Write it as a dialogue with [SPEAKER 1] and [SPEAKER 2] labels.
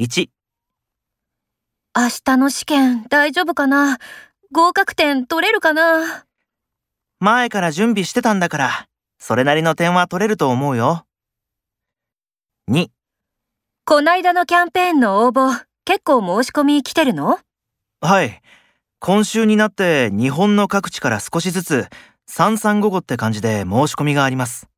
[SPEAKER 1] 1、
[SPEAKER 2] 明日の試験大丈夫かな合格点取れるかな
[SPEAKER 1] 前から準備してたんだから、それなりの点は取れると思うよ。2、
[SPEAKER 2] こないだのキャンペーンの応募、結構申し込み来てるの
[SPEAKER 1] はい。今週になって日本の各地から少しずつ、3355って感じで申し込みがあります。